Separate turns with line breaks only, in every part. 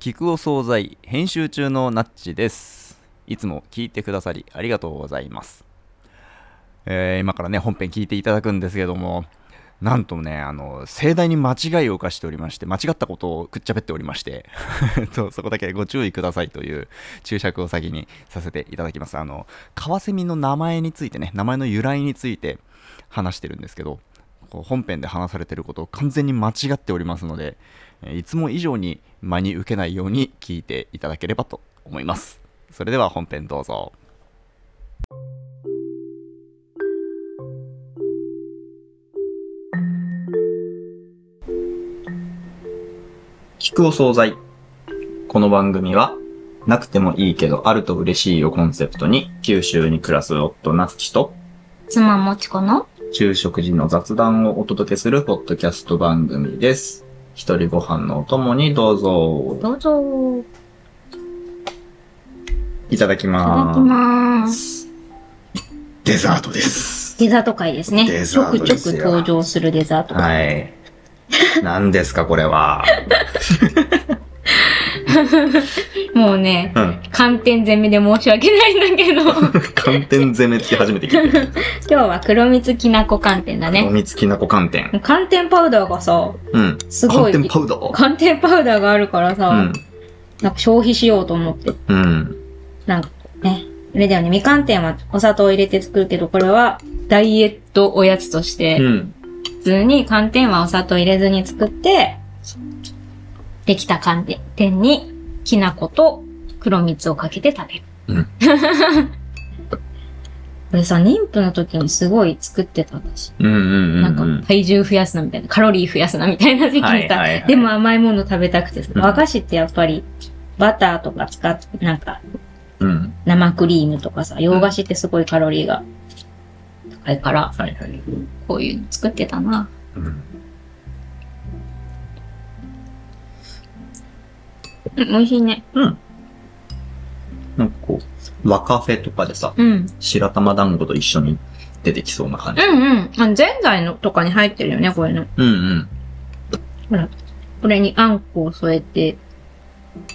菊お惣菜編集中のナッチですいつも聞いてくださりありがとうございます、えー今からね本編聞いていただくんですけどもなんとねあの盛大に間違いを犯しておりまして間違ったことをくっちゃべっておりまして とそこだけご注意くださいという注釈を先にさせていただきますあのカワセミの名前についてね名前の由来について話してるんですけどこう本編で話されてることを完全に間違っておりますのでえーいつも以上に間に受けないように聞いていただければと思いますそれでは本編どうぞ
聞くお惣菜。この番組は、なくてもいいけどあると嬉しいをコンセプトに、九州に暮らす夫なつきと、
妻もちこの
昼食時の雑談をお届けするポッドキャスト番組です。一人ご飯のお供にどうぞ。
どうぞい
いただき
ただ
ま
きまー
ー
す
す。デザートです。
デザート会ですね
デ
ち
ザー
ょ
ト
く
です
ち
よ
ょく登場するデザート、
はい。何ですか、これは。
もうね
うん。
寒天攻めで申し訳ないんだ けど今
寒天攻めって初めて聞いた。
日は黒蜜きなこ寒天だ
お
ね
みつきなこ寒天。
寒天パウダーがさ
うん。
すご
寒
い
天パウダー。
寒天パウダーがあるからさ、
うん。
なんか消費しようと思って
うん。
なんかねあれだよねみかん店はお砂糖を入れて作るけどこれはダイエットおやつとして、
うん。
普通に寒天はお砂糖入れずに作って、できた寒天に、きな粉と黒蜜をかけて食べる。
うん。
これさ、妊婦の時にすごい作ってた私。
うんうんうん。
なんか、体重増やすなみたいな、カロリー増やすなみたいな時期にさ、
はいはい
でも甘いもの食べたくてさ、
うん
和菓子ってやっぱり、バターとか使って、なんか、
うん。
生クリームとかさ、洋菓子ってすごいカロリーが高いから、
はいはい。
こういうの作ってたな。
うん。
うん、美味しいね。
なんかこう、和カフェとかでさ、
うん。
白玉団子と一緒に出てきそうな感じ。
うんうん。あの、ぜんざいのとかに入ってるよね、こういうの。
うんうん。
これにあんこを添えて、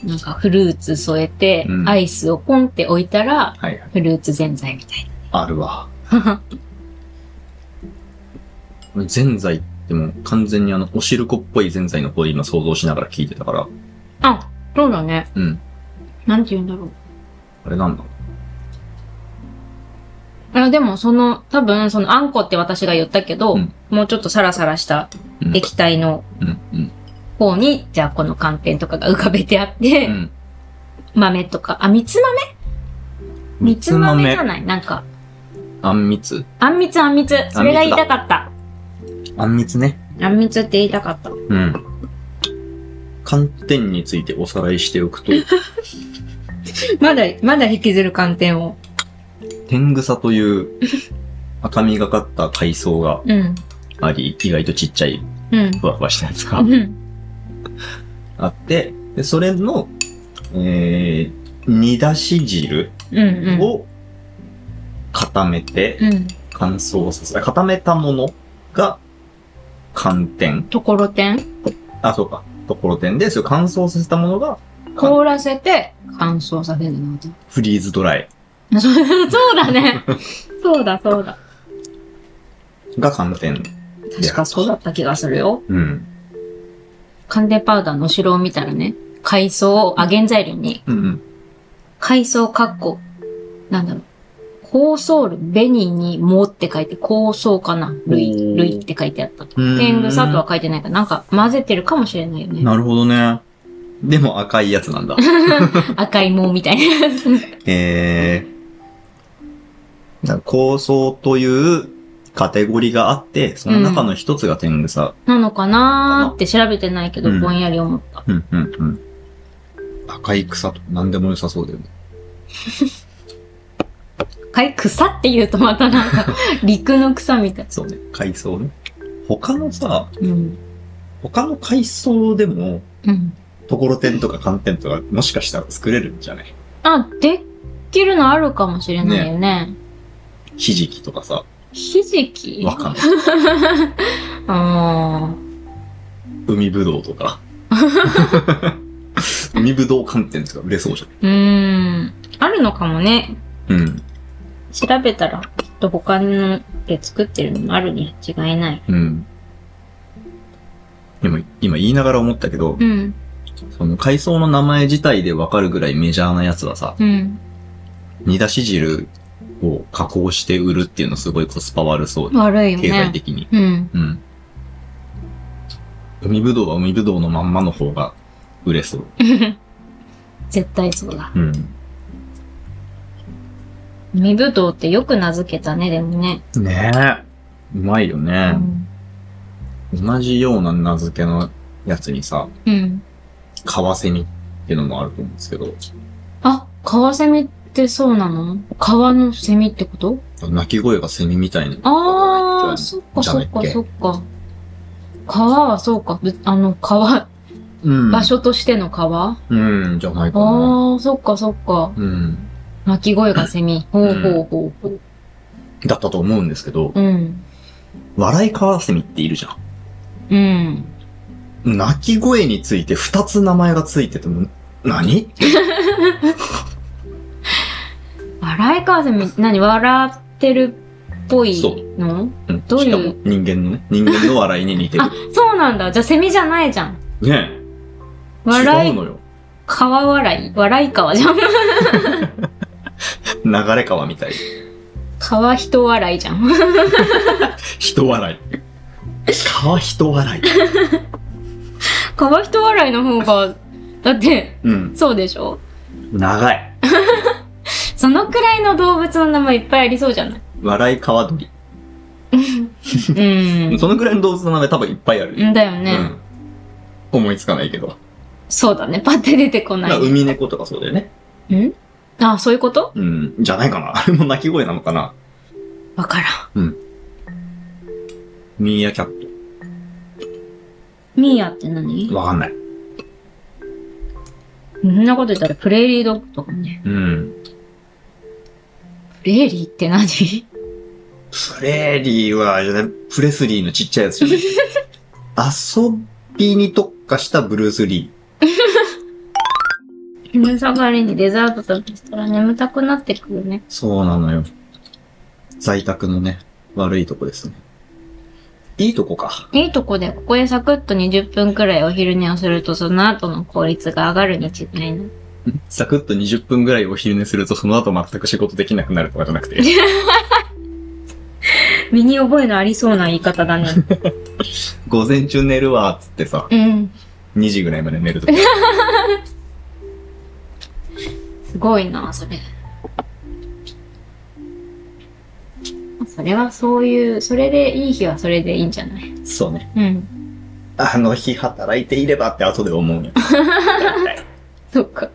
なんかフルーツ添えて、
うん
アイスをポンって置いたら、
はいはい。
フルーツぜんざいみたい
あるわ。
な。
ぜんざいってもう完全にあの、お汁粉っぽいぜんざいの声今想像しながら聞いてたから、
あ、そうだね。
うん。
なんて言うんだろう。
あれなんだろ
あでも、その、多分、そのあんこって私が言ったけど、
うん
もうちょっとサラサラした
う。うん。
液体の
うんうん。
方に、じゃあこの寒天とかが浮かべてあっ
う
て、
ん。
豆とか、あ、蜜豆
み
蜜
つ
豆じゃ
豆。
ないなんか、
あんみつ。
あんみつあんみつ。それが言いたかった。
あんみつね。
あんみつって言いたかった。
うん。寒天についておさらいしてお くと、
まだ、まだ引きずる寒天を。
天草という赤みがかった海藻が
うん。
あり、意外とちっちゃい
うん。
ふわふわしたやつが
うん。
あって、で、それの、えー、煮出し汁
うん。
を固めて
うん。
乾燥させた。固めたものが寒天。
ところてん
あ、そうか。ところてんで、それを乾燥させたものが
凍らせて乾燥させるの。
フリーズドライ
そうそうだね。そうだそうだ。
が寒天。
確かそうだった気がするよ。
うん。
寒天パウダーの後ろを見たらね、海藻を、あ、原材料に、
うんうん。
海藻かっこ、なんだろう。香草類、紅に藻って書いて、香草かな
おー
類、類って書いてあった。
うん
天草とは書いてないから、なんか混ぜてるかもしれないよね。
なるほどね。でも赤いやつ なんだ。
赤い藻みたいなやつ。
えー、なんか構想というカテゴリーがあって、その中の一つが天草。
なのかなーって調べてないけど、
うん
ぼんやり思った。
うん、うん、うん。赤い草とか何でも良さそうだよね。
貝草って言うとまたなんか、陸の草みたい。
そうね。海藻ね。他のさ、
うん。
他の海藻でも、
うん。
ところてんとか寒天とかもしかしたら作れるんじゃない
あ、できるのあるかもしれないよね。
ひじきとかさ、
ひじき
わかんない。
あー
海ぶどうとか。海ぶどう寒天とか売れそうじ
うーん。あるのかもね。
ゃん。うん。
調べたら、きっと他ので作ってるのもあるに違いない。
うん。でも、今言いながら思ったけど、
うん。
その海藻の名前自体でわかるぐらいメジャーなやつはさ、
うん。
煮出し汁を加工して売るっていうのすごいコスパ悪そう。
悪いよ
経済
ね。
的に。
うん。
うん。海ぶどうは海ぶどうのまんまの方が売れそう。
絶対そうだ。
うん。
海ぶどうってよく名付けたね、でもね。
ねえ。うまいよ
う
ね。
ん。
同じような名付けのやつにさ、
うん。
カワセミっていうのもあると思うんですけど、
あ、カワセミってそうなの川のセミってこと
鳴き声がセミみたいな。
ああ、そっか
じゃない
そっ
っ
か
け
そっか。川はそうか。ぶあの、川、
うん。
場所としての川、
うん、じゃないかな。
ああ、そっかそっか。
うん。
鳴き声がセミ。ほうほうほうほう。
だったと思うんですけど、
うん。
笑いカワセミっているじゃん。
うん。
鳴き声について二つ名前がついてても、何
笑い川セミ、何笑ってるっぽいの
うん
どうい
し
う
かも人間のね、人間の笑いに似て
あ
る。、
そうなんだ。じゃあセミじゃないじゃん。
ねえ。違
笑
う
い、
のよ。
川笑い。笑い川じゃん。
流れ川みたい。
川人笑いじゃん。
人笑い。川人笑い。
川人笑いの方が、だって、
うん。
そうでしょ
長い。
そのくらいの動物の名前いっぱいありそうじゃない
笑い川鳥。
うん。
そのぐらいの動物の名前多分いっぱいある。
んだよね、
うん。思いつかないけど。
そうだね。パッて出てこな
まあ
い。
海猫とかそうだよね。
んあ、そういうこと
うん。じゃないかな。あれも鳴き声なのかな。
わからん。
ミーアキャッ
ミーヤって何
ト。わかんない。
そんなこと言ったらプレーリードッグとかもね。
うん。
プレーリーって何
プレーリーは、プレスリーのちっちゃいやつじゃない。 遊びに特化したブルース・リ
昼下がりにデザート食べたら眠たくなってくるね
ー。。そうなのよ。在宅のね、悪いとこですね。いいとこか。
いいとこで、ここでサクッと20分くらいお昼寝をすると、その後の効率が上がるに違いない。
サクッと20分ぐらいお昼寝すると、その後全く仕事できなくなるとかじゃな くて。
身に覚えのありそうな言い方だね。
午前中寝るわ、つってさ、
うん。
2時ぐらいまで寝るとか。
すごいな、それ。それはそういう、それでいい日はそれでいいんじゃない
そうね。
うん。
あの日働いていればって後で思うよ。
そっ か。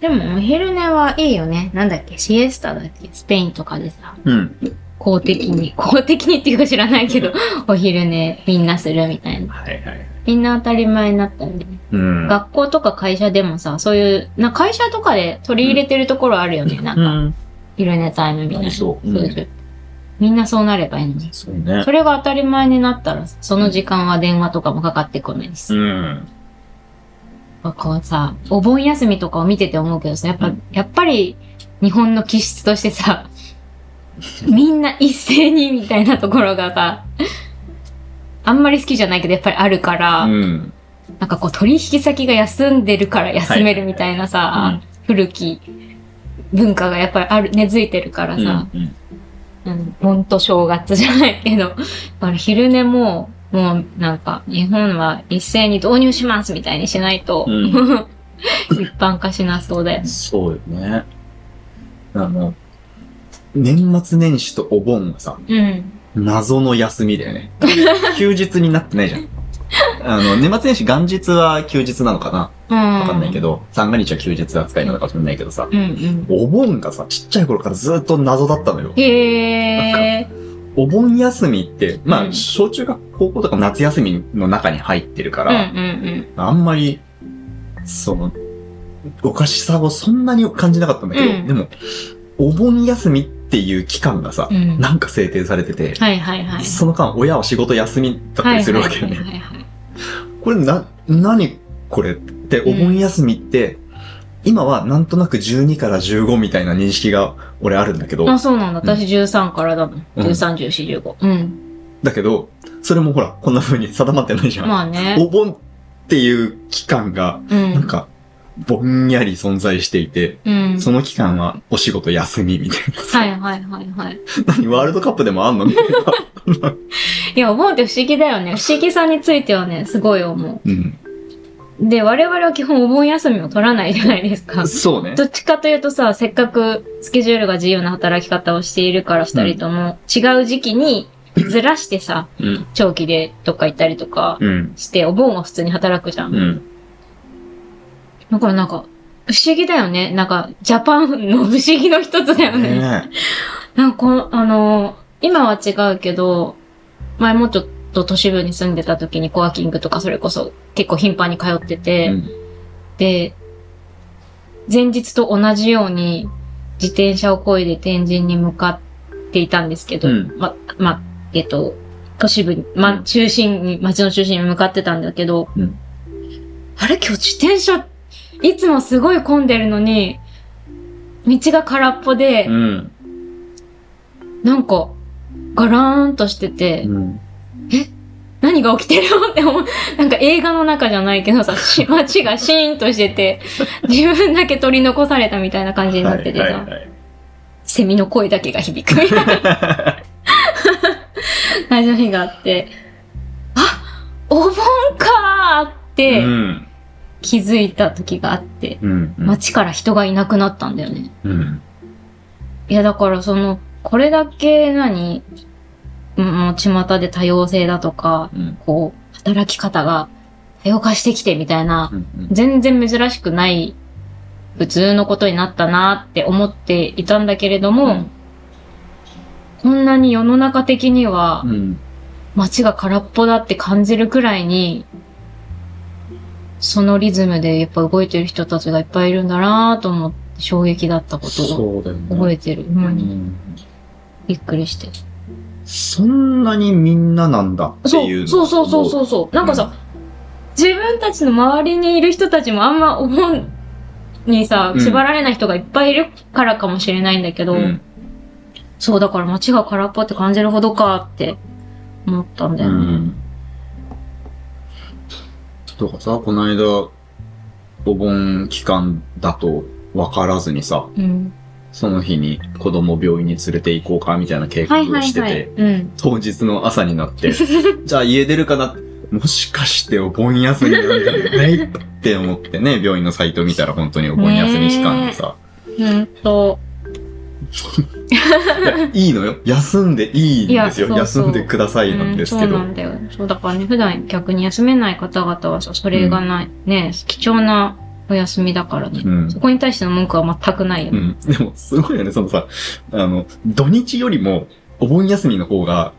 でもお昼寝はいいよね。なんだっけ、シエスタだっけ、スペインとかでさ。
うん。
公的 に、公的にっていうか知らないけど、お昼寝みんなするみたいな。
はいはい。
みんな当たり前になったよね。
うん。
学校とか会社でもさ、そういう、な会社とかで取り入れてるところあるよね。なん
う
か、
ん。
昼寝タイムみたいな。
あそううん
いうみんなそうなればいいのに。
そうね
そ。れが当たり前になったらさ、その時間は電話とかもかかってこないしさ。
うん。
やっぱこうさ、お盆休みとかを見てて思うけどさ、やっぱ、やっぱり日本の気質とし てさ、みんな一斉にみたいなところがさ、あんまり好きじゃないけどやっぱりあるから、
うん。
なんかこう取引先が休んでるから休めるみたいなさ、
はいうん
古き文化がやっぱりある、根付いてるからさ、
うん。
うん、盆と正月じゃないけど、だから昼寝も、もうなんか日本は一斉に導入しますみたいにしないと、
うん
一般化しなそうだよね。
そうよね。あの、年末年始とお盆はさ、
うん。
謎の休みだよ ね。休日になってないじゃん。あの、年末年始元日は休日なのかな
うん。
わかんないけ
ど。
ど、三が日は休日扱いなのかもしれないけどさ、
うんうん。
お盆がさ、ちっちゃい頃からずっと謎だったのよ。
へえ。
お盆休みって、まあ、
うん
小中学高校とか夏休みの中に入ってるか
うんう
ら、
ん
あんまり、その、おかしさをそんなに感じなかったんだけど、
うん
でも、お盆休みっていう期間がさ
うん。う、ん。
なんか制定されてて、
はいはいはい。
その間親は仕事休みだったりするわけよね。
はいはいはいはい。
これな、何これって。で、お盆休みって、今はなんとなく12から15みたいな認識が俺あるんだけど、
あ、そうなんだ。
うん
私13からだもん。
うん
13、14、15。うん。
だけど、それもほら、こんな風に定まってないじゃん。
まあね。
お盆っていう期間が、
う
なん
ん。
か、ぼんやり存在していて、
うん。
その期間はお仕事休みみたい
はいはいはいはい。
な。何ワールドカップでもあんのみたいな。
いや、思うって不思議だよね。不思議さについてはね、すごい思
うん。
う。で、我々は基本お盆休みを取らないじゃないですか。
そうね
ど。っちかというとさ、せっかくスケジュールが自由な働き方をしているから、二人とも違う時期にずらしてさ、
うん。
長期でどっか行ったりとか
うん。
して、お盆は普通に働くじゃん。
うん。
だからなんか、不思議だよね。なんか、ジャパンの不思議の一つだよね。
ねえ
なんかこの、あのー今は違うけど、前もちょっと都市部に住んでた時にコワキングとかそれこそ結構頻繁に通ってて、
うん
で、前日と同じように自転車を漕いで天神に向かっていたんですけど、
うん
ま、ま、えっと、都市部に、ま、
うん
中心に、街の中心に向かってたんだけど、
うん
あれ今日自転車、いつもすごい混んでるのに、道が空っぽで、
うん。
なんか、ガラーンとしてて、
うん。
何が起きてるのって思う。なんか映画の中じゃない けどさ、し街がシーンとしてて、自分だけ取り残されたみたいな感じになっててさ、
はいはいはい
セミの声だけが響くみたいな感じの日が あって、あお盆かーって
うん。
気づいた時があって、
うん。うん
街から人がいなくなったんだよね。
うん。
いや、だからその、これだけ何、うん、巷で多様性だとか、
うん。
こう、働き方が多様化してきてみたいな、
うん。
全然珍しくない普通のことになったなって思っていたんだけれども、
うん
こんなに世の中的には
うん。
街が空っぽだって感じるくらいに、そのリズムでやっぱ動いてる人たちがいっぱいいるんだなと思って衝撃だったことを
そうだよね。
覚えてる。う、
うんん
びっくりして。
そんなにみんななんだって
そ
いうう。。
そうそうそうそううそう。なんかさ、自分たちの周りにいる人たちもあんまお盆にさ、
うん
縛られない人がいっぱいいるからかもしれないんだけど、
うん。
そうだから街が空っぽって感じるほどかって思ったんだ
う
よね。
ん。とかさ、この間、お盆期間だと分からずにさ、
うん。
その日に子供病院に連れて行こうかみたいな計画
は
を
いは
し
い
てて、
はい。うん。
当日の朝にな って、じゃあ家出るかなもしかしてお盆休みなんじゃないって思ってね、病院のサイト見たら本当にお盆休み期間で さ、
ほんと。
いやいいのよ。休んでいいんですよ。
いやそうそう
休んでくださいなんですけ
うん
ど。
そうなんだよ。そうだからね、普段逆に休めない方々はさ、それがない、ね、貴重なお休みだからね。
うん
そこに対しての文句は全くないよ
う
ね。
ん。でも、すごいよね、そのさ、あの、土日よりも、お盆休みの方が、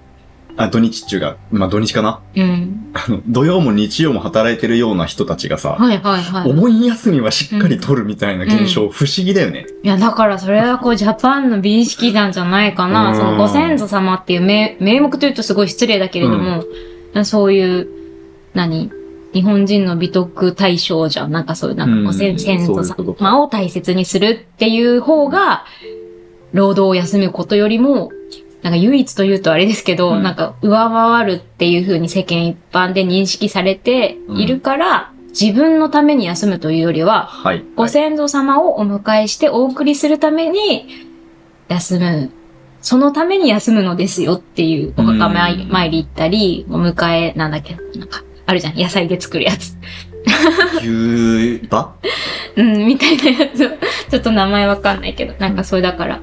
あ、土日っちゅうか、まあ土日かな
うん。
あの、土曜も日曜も働いてるような人たちがさ、
はいはいはい。
お盆休みはしっかり取るみたいな現象、不思議だよね。
いや、だからそれはこう、ジャパンの美意識なんじゃないか
う
な。
ん
そのご先祖様っていう名名目というとすごい失礼だけれども、そういう、何日本人の美徳対象じゃん。なんかそういう、なんかご
う
先
ん
先祖
そういうこと
様を大切にするっていう方が、労働を休むことよりも、なんか唯一というとあれですけど、
うん
なんか上回るっていうふうに世間一般で認識されているから、自分のために休むというよりは、
はい。
ご先祖様をお迎えしてお送りするために休む。そのために休むのですよっていうお墓参り
うん
参り行ったり、お迎えなんだっけ、なんか、あるじゃん。野菜で作るやつ。
牛場
うん、みたいなやつを。 ちょっと名前わかんないけど、なんかそれだから、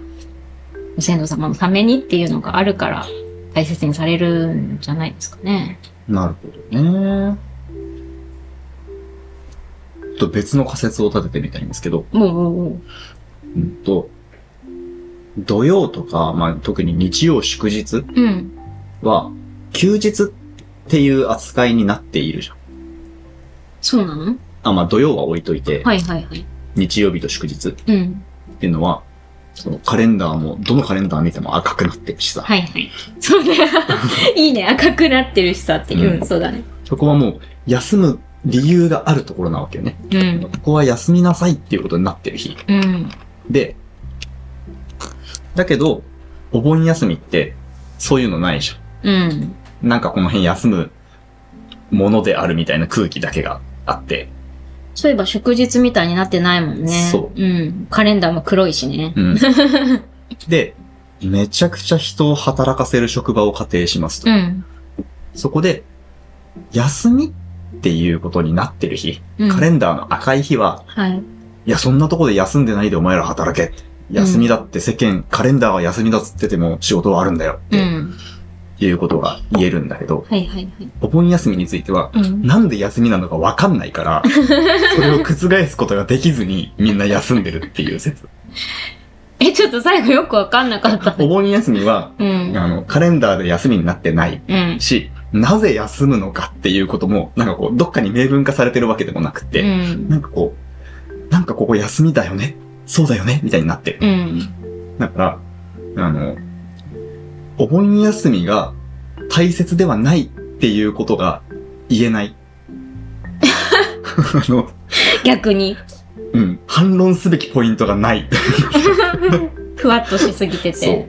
ご先祖様のためにっていうのがあるから、大切にされるんじゃないですかね。
なるほどね。ちょっと別の仮説を立ててみたいんですけど、
もう、もうもう、
うんと、土曜とか、まあ特に日曜祝日
うん。
は、休日っていう扱いになっているじゃん。
そうなの
あ、まあ土曜は置いといて、
はいはいはい。
日曜日と祝日っ
うん。
ていうのは、そのカレンダーも、どのカレンダー見ても赤くなってるしさ、
はいはい。 そうね。いいね。赤くなってるしさっていう。うん、そうだね。
そこはもう、休む理由があるところなわけよね。
うん
こ。こは休みなさいっていうことになってる日。
うん。
で、だけど、お盆休みって、そういうのないじ
うん。
ゃん。なんかこの辺休むものであるみたいな空気だけがあって、
そういえば祝日みたいになってないもんね。。
そう
うん。カレンダーも黒いしね。
うん。で、めちゃくちゃ人を働かせる職場を仮定しますと。
うん。
そこで、休みっていうことになってる日、
うん、
カレンダーの赤い日は、
はい。
いや、そんなとこで休んでないでお前ら働けって。休みだって世間、カレンダーは休みだっつってても仕事はあるんだよっ
う
て
ん。
いうことが言えるんだけど、
はいはい
お盆休みについては、
はい。うん。
なんで休みなのかわかんないから、それを覆すことができずにみんな休んでるっていう説。
え、ちょっと最後よくわかんなかった。
お盆休みは、
うん。
あの、カレンダーで休みになってない
うん。
し、なぜ休むのかっていうことも、なんかこう、どっかに明文化されてるわけでもなく
う
て、
ん。
なんかこう、なんかここ休みだよねそうだよねみたいになってる。
うん。
だから、あの、お盆休みが大切ではないっていうことが言えない。あの、
逆に、
うん、反論すべきポイントがない。
ふわっとしすぎてて。
そう。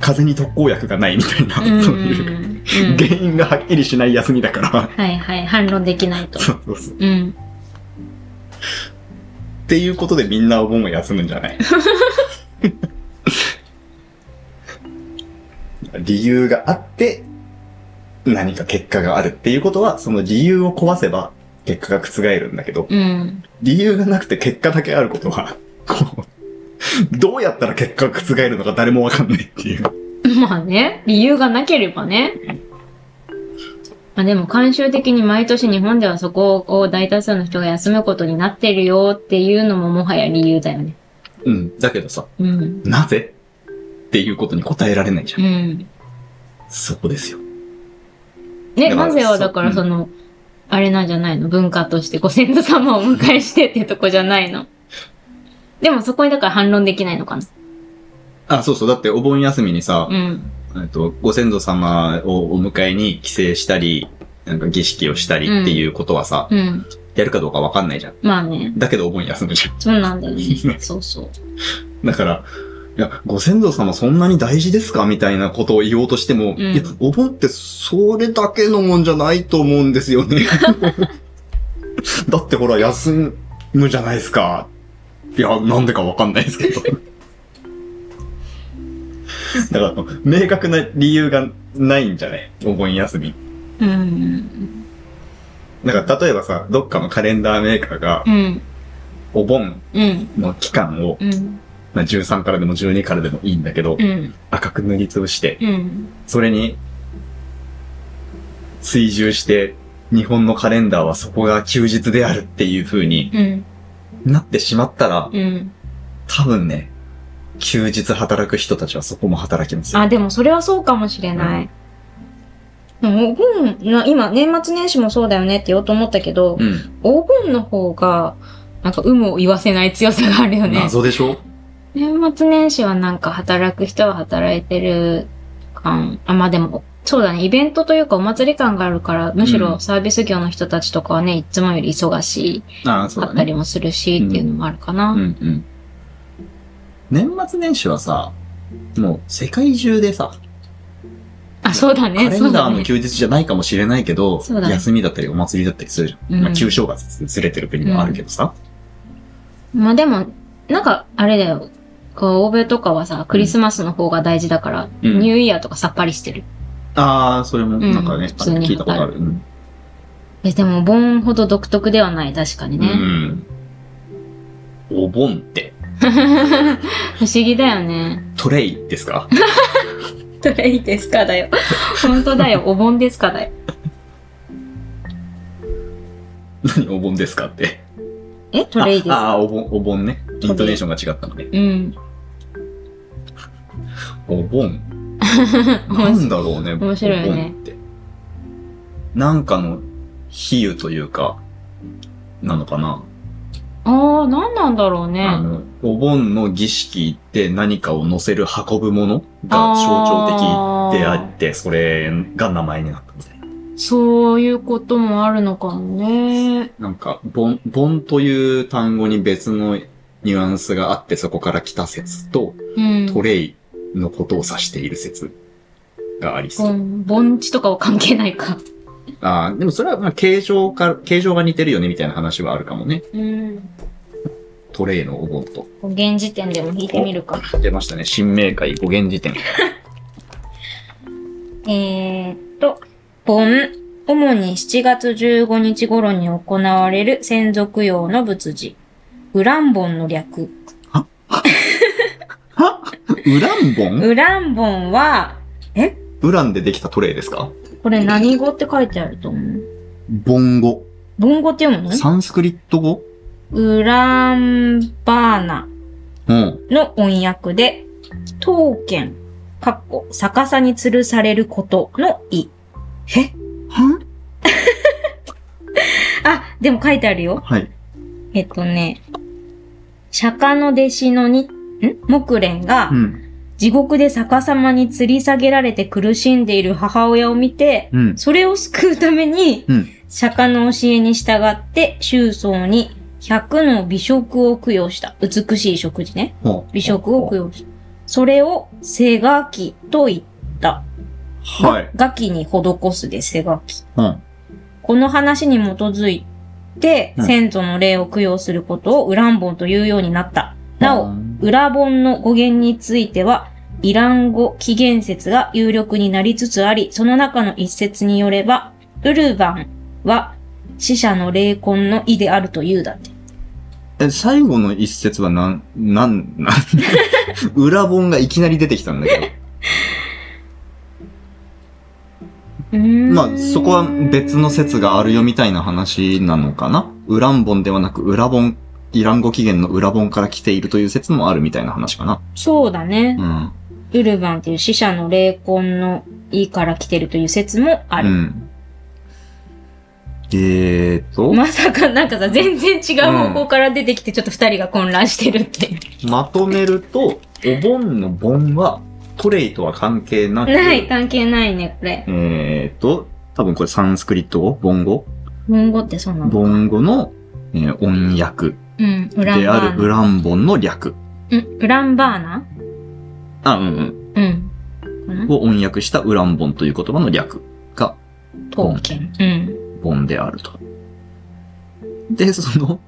風に特効薬がないみたいな、
うん。
そういう、
うん
原因がはっきりしない休みだから。
はいはい。反論できないと。
そうそうそう。
うん。
っていうことでみんなお盆を休むんじ ゃない理由があって、何か結果があるっていうことは、その理由を壊せば結果が覆るんだけど、
うん。
理由がなくて結果だけあることは、こう、どうやったら結果が覆るのか誰もわかんないっていう。
まあね、理由がなければね。まあでも慣習的に毎年日本ではそこを大多数の人が休むことになってるよっていうのももはや理由だよね。
うん。だけどさ、
うん。
なぜっていうことに答えられないじゃ。
うんん。
そこですよ。
ね、
だから
なぜは
そう
だから
うん
その、あれなんじゃないの文化としてご先祖様をお迎えしてってとこじゃないの。でもそこにだから反論できないのかな。
あ、そうそう。だってお盆休みにさ、
うん。
えっと、ご先祖様をお迎えに帰省したり、なんか儀式をしたりっていうことはさ、
うん。
やるかどうかわかんないじゃん。
まあね。
だけどお盆休むじゃ
そうなんだよね。そうそ
ん。
う。
だから、いや、ご先祖様そんなに大事ですかみたいなことを言おうとしても、
ん
いや、お盆ってそれだけのもんじゃないと思うんですよね。 だってほら、休むじゃないですか。いや、なんでかわかんないですけど。 だから、明確な理由がないんじゃないお盆休み。
うん。
なんか例えばさ、どっかのカレンダーメーカーが
う、ん。
お盆
うん。
の期間を、
うん。
まあ、13からでも12からでもいいんだけど
う、ん。
赤く塗りつぶして、
うん。
それに、追従して、日本のカレンダーはそこが休日であるっていう風に
うん。
なってしまったら、
うん。
多分ね、休日働く人たちはそこも働きますよ。
あ、でもそれはそうかもしれない。でもお盆の、今、年末年始もそうだよねって言おうと思ったけど、
うん。
お盆の方が、なんか有無を言わせない強さがあるよね。
謎でしょ
年末年始はなんか働く人は働いてる感、あ、まあでも、そうだね、イベントというかお祭り感があるから、むし
う
ろ
ん
サービス業の人たちとかはね、いつもより忙し
ああ、そう
か
だ
った
ね。
りもするし、っていうのもあるか
うん
な。
うん。年末年始はさ、もう世界中でさ、
あ、そうだ
カ
ね、
レ
そ
ン
う
ダー
だ
の
ね。
休日じゃないかもしれないけど、
そうだね
休みだったりお祭りだったりするじゃん。
うん
まあ、旧正月ずれてる国もあるけどさ。
まあでも、なんか、あれだよ。こう、欧米とかはさ、クリスマスの方が大事だから、
うん
ニューイヤーとかさっぱりしてる。
ああ、それもなんかね、
うん普通に
聞いたことある。うん。
え、でも、盆ほど独特ではない、確かに
う
ね。
んお盆って、
不思議だよね。
トレイです か
トレイですかだよ。本当だ よ。お盆ですかだよ。
何お盆ですかって。
え、トレイです
ああー、お盆、お盆ね。
トレイ
イントネーションが違ったのね。
うん。
お盆。なんだろうね、
面白いよね
お盆って。なんかの比喩というか、なのかな。
ああ、なんなんだろうね。
あの、お盆の儀式って何かを乗せる運ぶものが象徴的であって、それが名前になったみたいな。
そういうこともあるのかもね。
なんか、盆、盆という単語に別のニュアンスがあってそこから来た説と、
うん。
トレイのことを指している説がありそう。
盆盆地とかは関係ないか。
ああ、でもそれはまあ形状から、形状が似てるよねみたいな話はあるかもね。
うん。
トレイのお盆と。
現時点でも弾いてみるか。
出ましたね。新明解語源 辞典。
えーっと、盆。主に7月15日頃に行われる先俗用の仏事。ウランボンの略。
はウランボン
ウランボンは、
ウランでできたトレイですか
これ何語って書いてあると思う
ボン語。
盆語って読むの
サンスクリット語
ウランバーナ
うん。
の音訳で、刀剣、かっこ、逆さに吊るされることの意。え
は
あ、でも書いてあるよ。
はい。
えっとね、釈迦の弟子のに、ん木蓮が
う、ん。
地獄で逆さまに吊り下げられて苦しんでいる母親を見て、
うん。
それを救うために、
うん。
釈迦の教えに従って、周僧に100の美食を供養した。美しい食事ね。
ほう
美食を供養した。それを、せがきと言った。
はい。
がきに施すで、せがき。
うん。
この話に基づいて、
うん
先祖の霊を供養することを、ウランボンというようになった。な
う
お、
ん
ウラボンの語源については、イラン語起源説が有力になりつつあり、その中の一説によれば、ウルバンは死者の霊魂の意であるというだって。
え、最後の一節はなん、なん、なん、 裏本がいきなり出てきたんだけど。まあ、そこは別の説があるよみたいな話なのかな裏本ではなく裏本、イラン語起源の裏本から来ているという説もあるみたいな話かな。
そうだね。
うん。
ウルバンっていう死者の霊魂の意から来てるという説もあ
う
る。
ん。えーと、
まさかなんかさ、全然違う方向から出てきて、ちょっと二人が混乱してるって。
まとめると、お盆の盆はトレイとは関係なく、
ない、関係ないね、これ。
えーと、多分これサンスクリット語、盆語
文語ってそうなの
盆語の、えー音訳
うん、ウラン
で
バ
あ
ー
るウ
ナ。
ランボンの略。
うん、ウランバーナ
あ、うん
うん。
うん。を音訳したウランボンという言葉の略が
刀剣。うん。
ボンであると。で、その、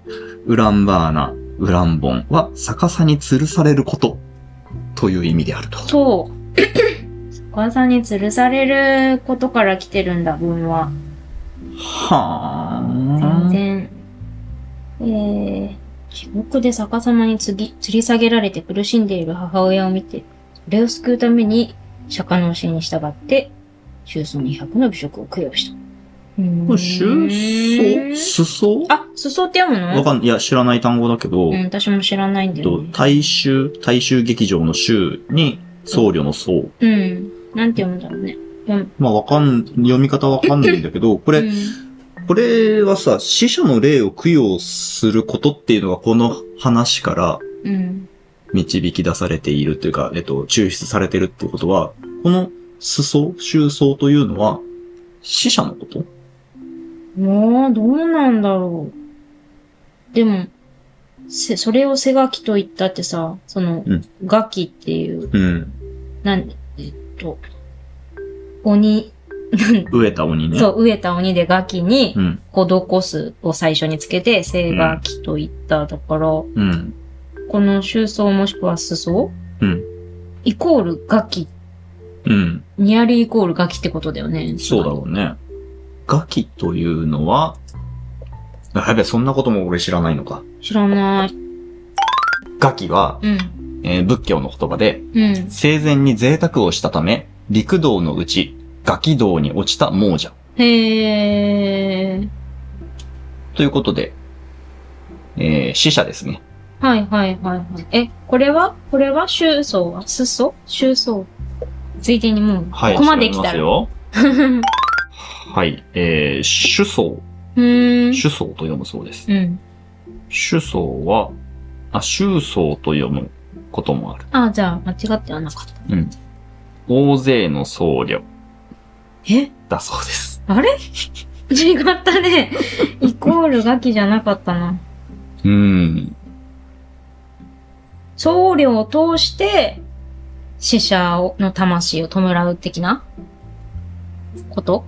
ウランバーナ、ウランボンは逆さに吊るされることという意味であると。
そう。 逆さに吊るされることから来てるんだ、文は。
はー
全然。えー、地獄で逆さまにつぎ吊り下げられて苦しんでいる母親を見て、それを救うために、釈迦の教えに従って、宗僧に100の美食を供養した。うー
こ
ん
れ、収裾裾
あ、裾って読むの
わかんない。いや、知らない単語だけど、
うん、私も知らないん
え
だ
っと
よ、ね。
大衆、大衆劇場の衆に僧侶の僧。
うん。なんて読むんだろうね。
まあ、わかん、読み方わかんないんだけど、こ
こ
れ、
うん、
これはさ、死者の霊を供養することっていうのがこの話から
うん。
導き出されているというか、えっと、抽出されてるってことは、この裾、収層というのは、死者のこと
もう、どうなんだろう。でも、せ、それを背書きと言ったってさ、その、
うん
ガキっていう、
うん。
なん、えっと、鬼、
飢えた鬼ね。
そう、飢えた鬼でガキに
う。、ん。
施すを最初につけて、生ガキと言った。だから、こ
うん。
の収葬もしくは裾
うん。
イコールガキ、
うん。
ニアリーイコールガキってことだよね。
そうだろうね。ガキというのは、あやべえ、そんなことも俺知らないのか。
知らない。
ガキは、
うん。
えー仏教の言葉で、
うん。
生前に贅沢をしたため、陸道のうち、ガキ道に落ちた亡者。
へー。
ということで、えー、死者ですね。
はいはいはいはい。え、これはこれは収葬は裾収葬。ついでにもう、
はい。
ここまで来た
調べます
ら。う
よ。 はい。えー、主層。
ーん。
主層と読むそうです。
うん。
主層は、あ、周層と読むこともある。
あ、じゃあ、間違ってはなかった。
大勢の僧侶
え
だそうです。
あれ違ったね。 イコールガキじゃなかったな。
うん。
僧侶を通して、死者をの魂を弔う的なこと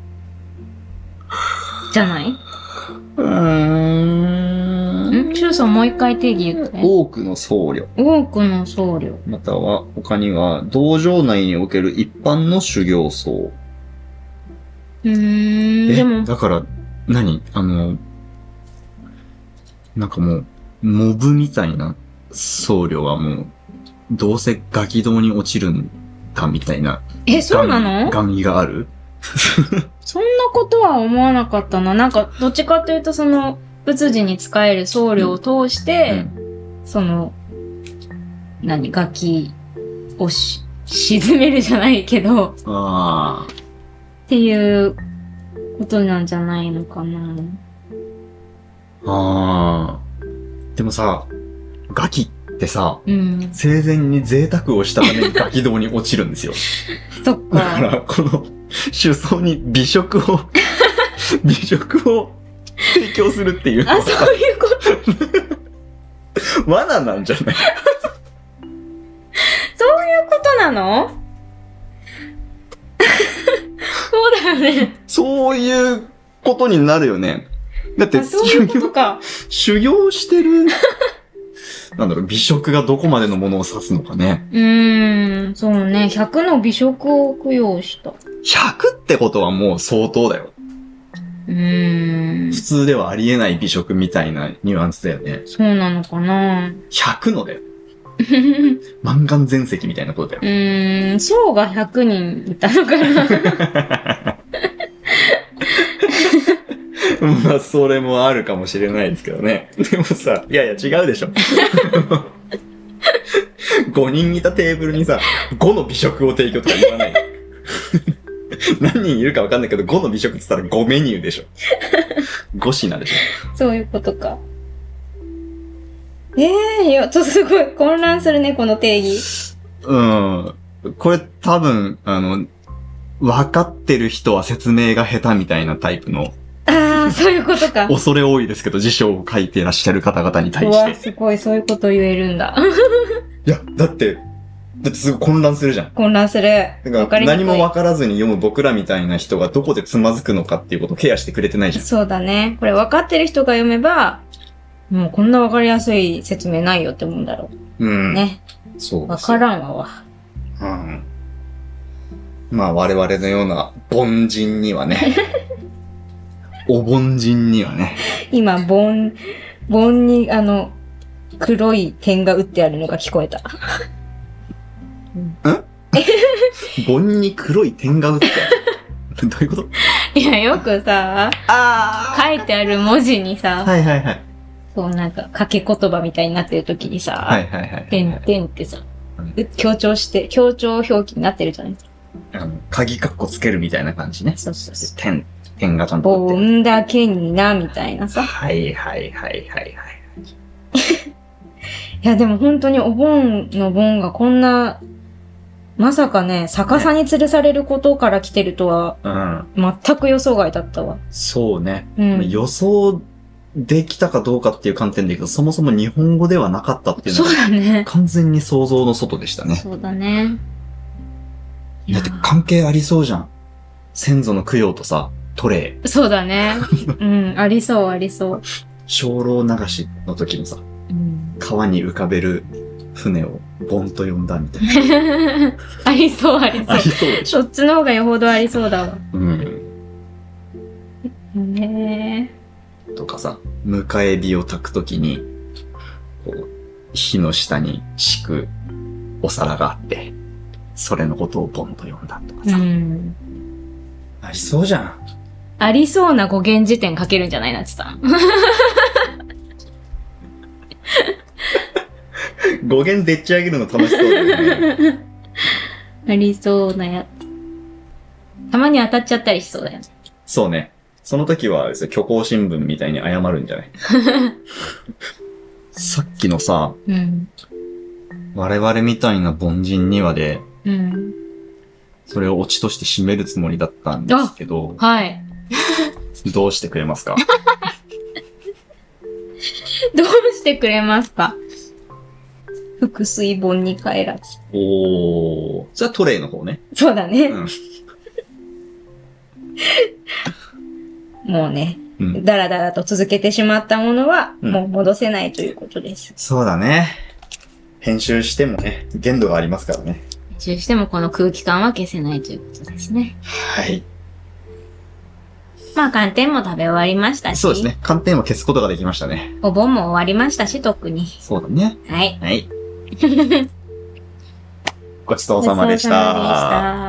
じゃない
うん。
んシュウさんもう一回定義言って。
多くの僧侶、
多くの僧侶。
または他には、道場内における一般の修行僧。
うーん、
え
でも、
だから、何あの、なんかもう、モブみたいな僧侶はもう、どうせガキ道に落ちるんだみたいな。
え、そうなの
願願意がある
そんなことは思わなかったな。なんか、どっちかというと、その、仏事に仕える僧侶を通して、その、何、楽器をし沈めるじゃないけど、っ
ああ。
ていうことなんじゃないのかな。
ああ。でもさ、ガキってさ、
うん。
生前に贅沢をしたためにガキ道に落ちるん ですよ。
そっ
だか
か。
ら、この、主僧に美食を、 美食を提供するっていうの
あ、
は
そういうこと。
罠なんじゃない
そういうことなのそうだよね。
そういうことになるよね。だって、
あそういうこ
修
と
行
か。
修行してる、 なんだろう、美食がどこまでのものを指すのかね。
うーん、そうね。100の美食を供養した。う
100ってことはもう相当だよ。
ーん。
普通ではありえない美食みたいなニュアンスだよね。
そうなのかな
100のだよ。
う
満願全席みたいなことだよ。
ーん、層が100人いたのかな
まあ、それもあるかもしれないですけどね。でもさ、いやいや違うでしょ。5人いたテーブルにさ、5の美食を提供とか言わない。 何人いるかわかんないけど、5の美食って言ったら5メニューでしょ。5品でし
そういうことか。ええー、いや、ちょっとすごい混乱するね、この定義。
ょ。うん。これ多分、あの、分かってる人は説明が下手みたいなタイプの、
ああ、そういうこと か。
恐れ多いですけど、辞書を書いてらっしゃる方々に対
う
し
わ、
て。
すごい、そういうこと言えるんだ。
いや、だって、だってすごい混乱するじゃん。
混乱する。
だ
わ
か
からりにく
何
い
も分からずに読む僕らみたいな人がどこでつまずくのかっていうことをケアしてくれてないじゃん。
そうだね。これ分かってる人が読めば、もうこんな分かりやすい説明ないよって思うんだろ
うん。
うね。
そうで
分
すよ
からんわわ。
うん。まあ我々のような凡人には ね、お凡人にはね、
今、盆、盆に、あの、黒い点が打ってあるのが聞こえた。
凡に黒い点が打ってある。どういうこと
いや、よくさ、
あ
書いてある文字に
あ
さ、
はいはいはい。
そうなんか、掛け言葉みたいになってる時にさ、
はいはいはい。
点点ってさ
うん、
う強調して、強調表記になってるじゃないですか。
あの、鍵カッコつけるみたいな感じね。
そうそうそう。
点、点がちゃんと打
ぼ
って
んだけにな、みたいな
ある。
さ。
はいはいはいはいはい。
いや、でも本当にお盆の盆がこんな、まさかね、逆さに吊るされることから来てるとは、
うん。
全く予想外だったわ。
そうね。
うん。
予想できたかどうかっていう観点でいくと、そもそも日本語ではなかったっていうの
そう
は、
だね。
完全に想像の外でしたね。
そうだね。い
だ
や
って関係ありそうじゃん。先祖の供養とさ、トレイ、
そうだね。うん、ありそう、ありそう。
精霊流しの時のさ、
うん、
川に浮かべる船をボンと呼んだみたいな。
ありそう、あり
あり
そ
そうで
う。
しょ。
そっちの方がよほどありそうだわ。
うん。
ね
とかさ、迎え火を焚く時に、こう、火の下に敷くお皿があって、それのことをボンと呼んだとか
え。う
さ。
ん。
ありそうじゃん。
ありそうな語源辞典書けるんじゃないなっちさん。
語源でっち上げるの楽しそうだよね。
ありそうなやつ。たまに当たっちゃったりしそうだよね。
そうね。その時はあれですよ、虚構新聞みたいに謝るんじ ゃないさっきのさ、
うん。
我々みたいな凡人にはで、
うん。
それをオチとして締めるつもりだったんですけど、
はい。
どうしてくれますか
どうしてくれますか複水本に帰らず。
おー。それはトレイの方ね。
そうだね。
うん。
もうね、
うん
だらだらと続けてしまったものは、
うん
もう戻せないということです。
そうだね。編集してもね、限度がありますからね。
編集してもこの空気感は消せないということですね。
はい。
まあ寒天も食べ終わりましたし、
そうですね。寒天を消すことができましたね。
お盆も終わりましたし、特に。
そうだね。
はい。
はい。ごちそうさまでし。
ごちそうさまでしたた